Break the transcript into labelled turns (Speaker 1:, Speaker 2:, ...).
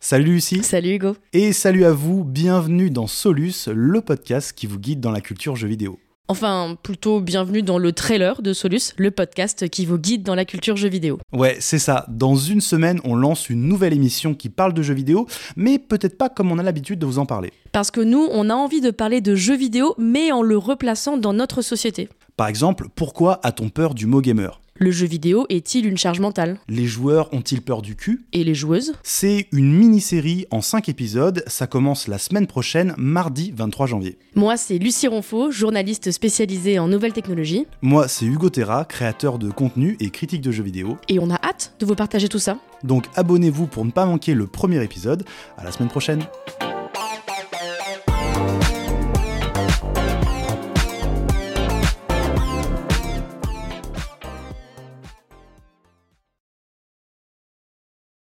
Speaker 1: Salut Lucie
Speaker 2: Salut Hugo
Speaker 1: Et salut à vous, bienvenue dans Solus, le podcast qui vous guide dans la culture jeux vidéo.
Speaker 2: Enfin, plutôt bienvenue dans le trailer de Solus, le podcast qui vous guide dans la culture jeux vidéo.
Speaker 1: Ouais, c'est ça. Dans une semaine, on lance une nouvelle émission qui parle de jeux vidéo, mais peut-être pas comme on a l'habitude de vous en parler.
Speaker 2: Parce que nous, on a envie de parler de jeux vidéo, mais en le replaçant dans notre société.
Speaker 1: Par exemple, pourquoi a-t-on peur du mot gamer
Speaker 2: Le jeu vidéo est-il une charge mentale
Speaker 1: Les joueurs ont-ils peur du cul
Speaker 2: Et les joueuses
Speaker 1: C'est une mini-série en 5 épisodes, ça commence la semaine prochaine, mardi 23 janvier.
Speaker 2: Moi, c'est Lucie Ronfaux, journaliste spécialisée en nouvelles technologies,
Speaker 1: Moi, c'est Hugo Terra, créateur de contenu et critique de jeux vidéo.
Speaker 2: et on a hâte de vous partager tout ça.
Speaker 1: Donc abonnez-vous pour ne pas manquer le premier épisode. À la semaine prochaine